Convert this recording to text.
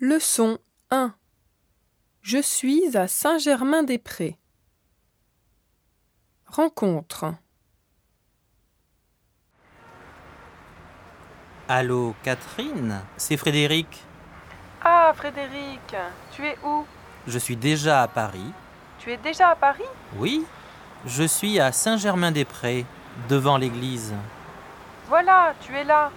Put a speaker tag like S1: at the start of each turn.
S1: Leçon 1 Je suis à Saint-Germain-des-Prés. Rencontre
S2: Allô, Catherine C'est Frédéric.
S1: Ah, Frédéric, tu es où
S2: Je suis déjà à Paris.
S1: Tu es déjà à Paris
S2: Oui, je suis à Saint-Germain-des-Prés, devant l'église.
S1: Voilà, tu es là.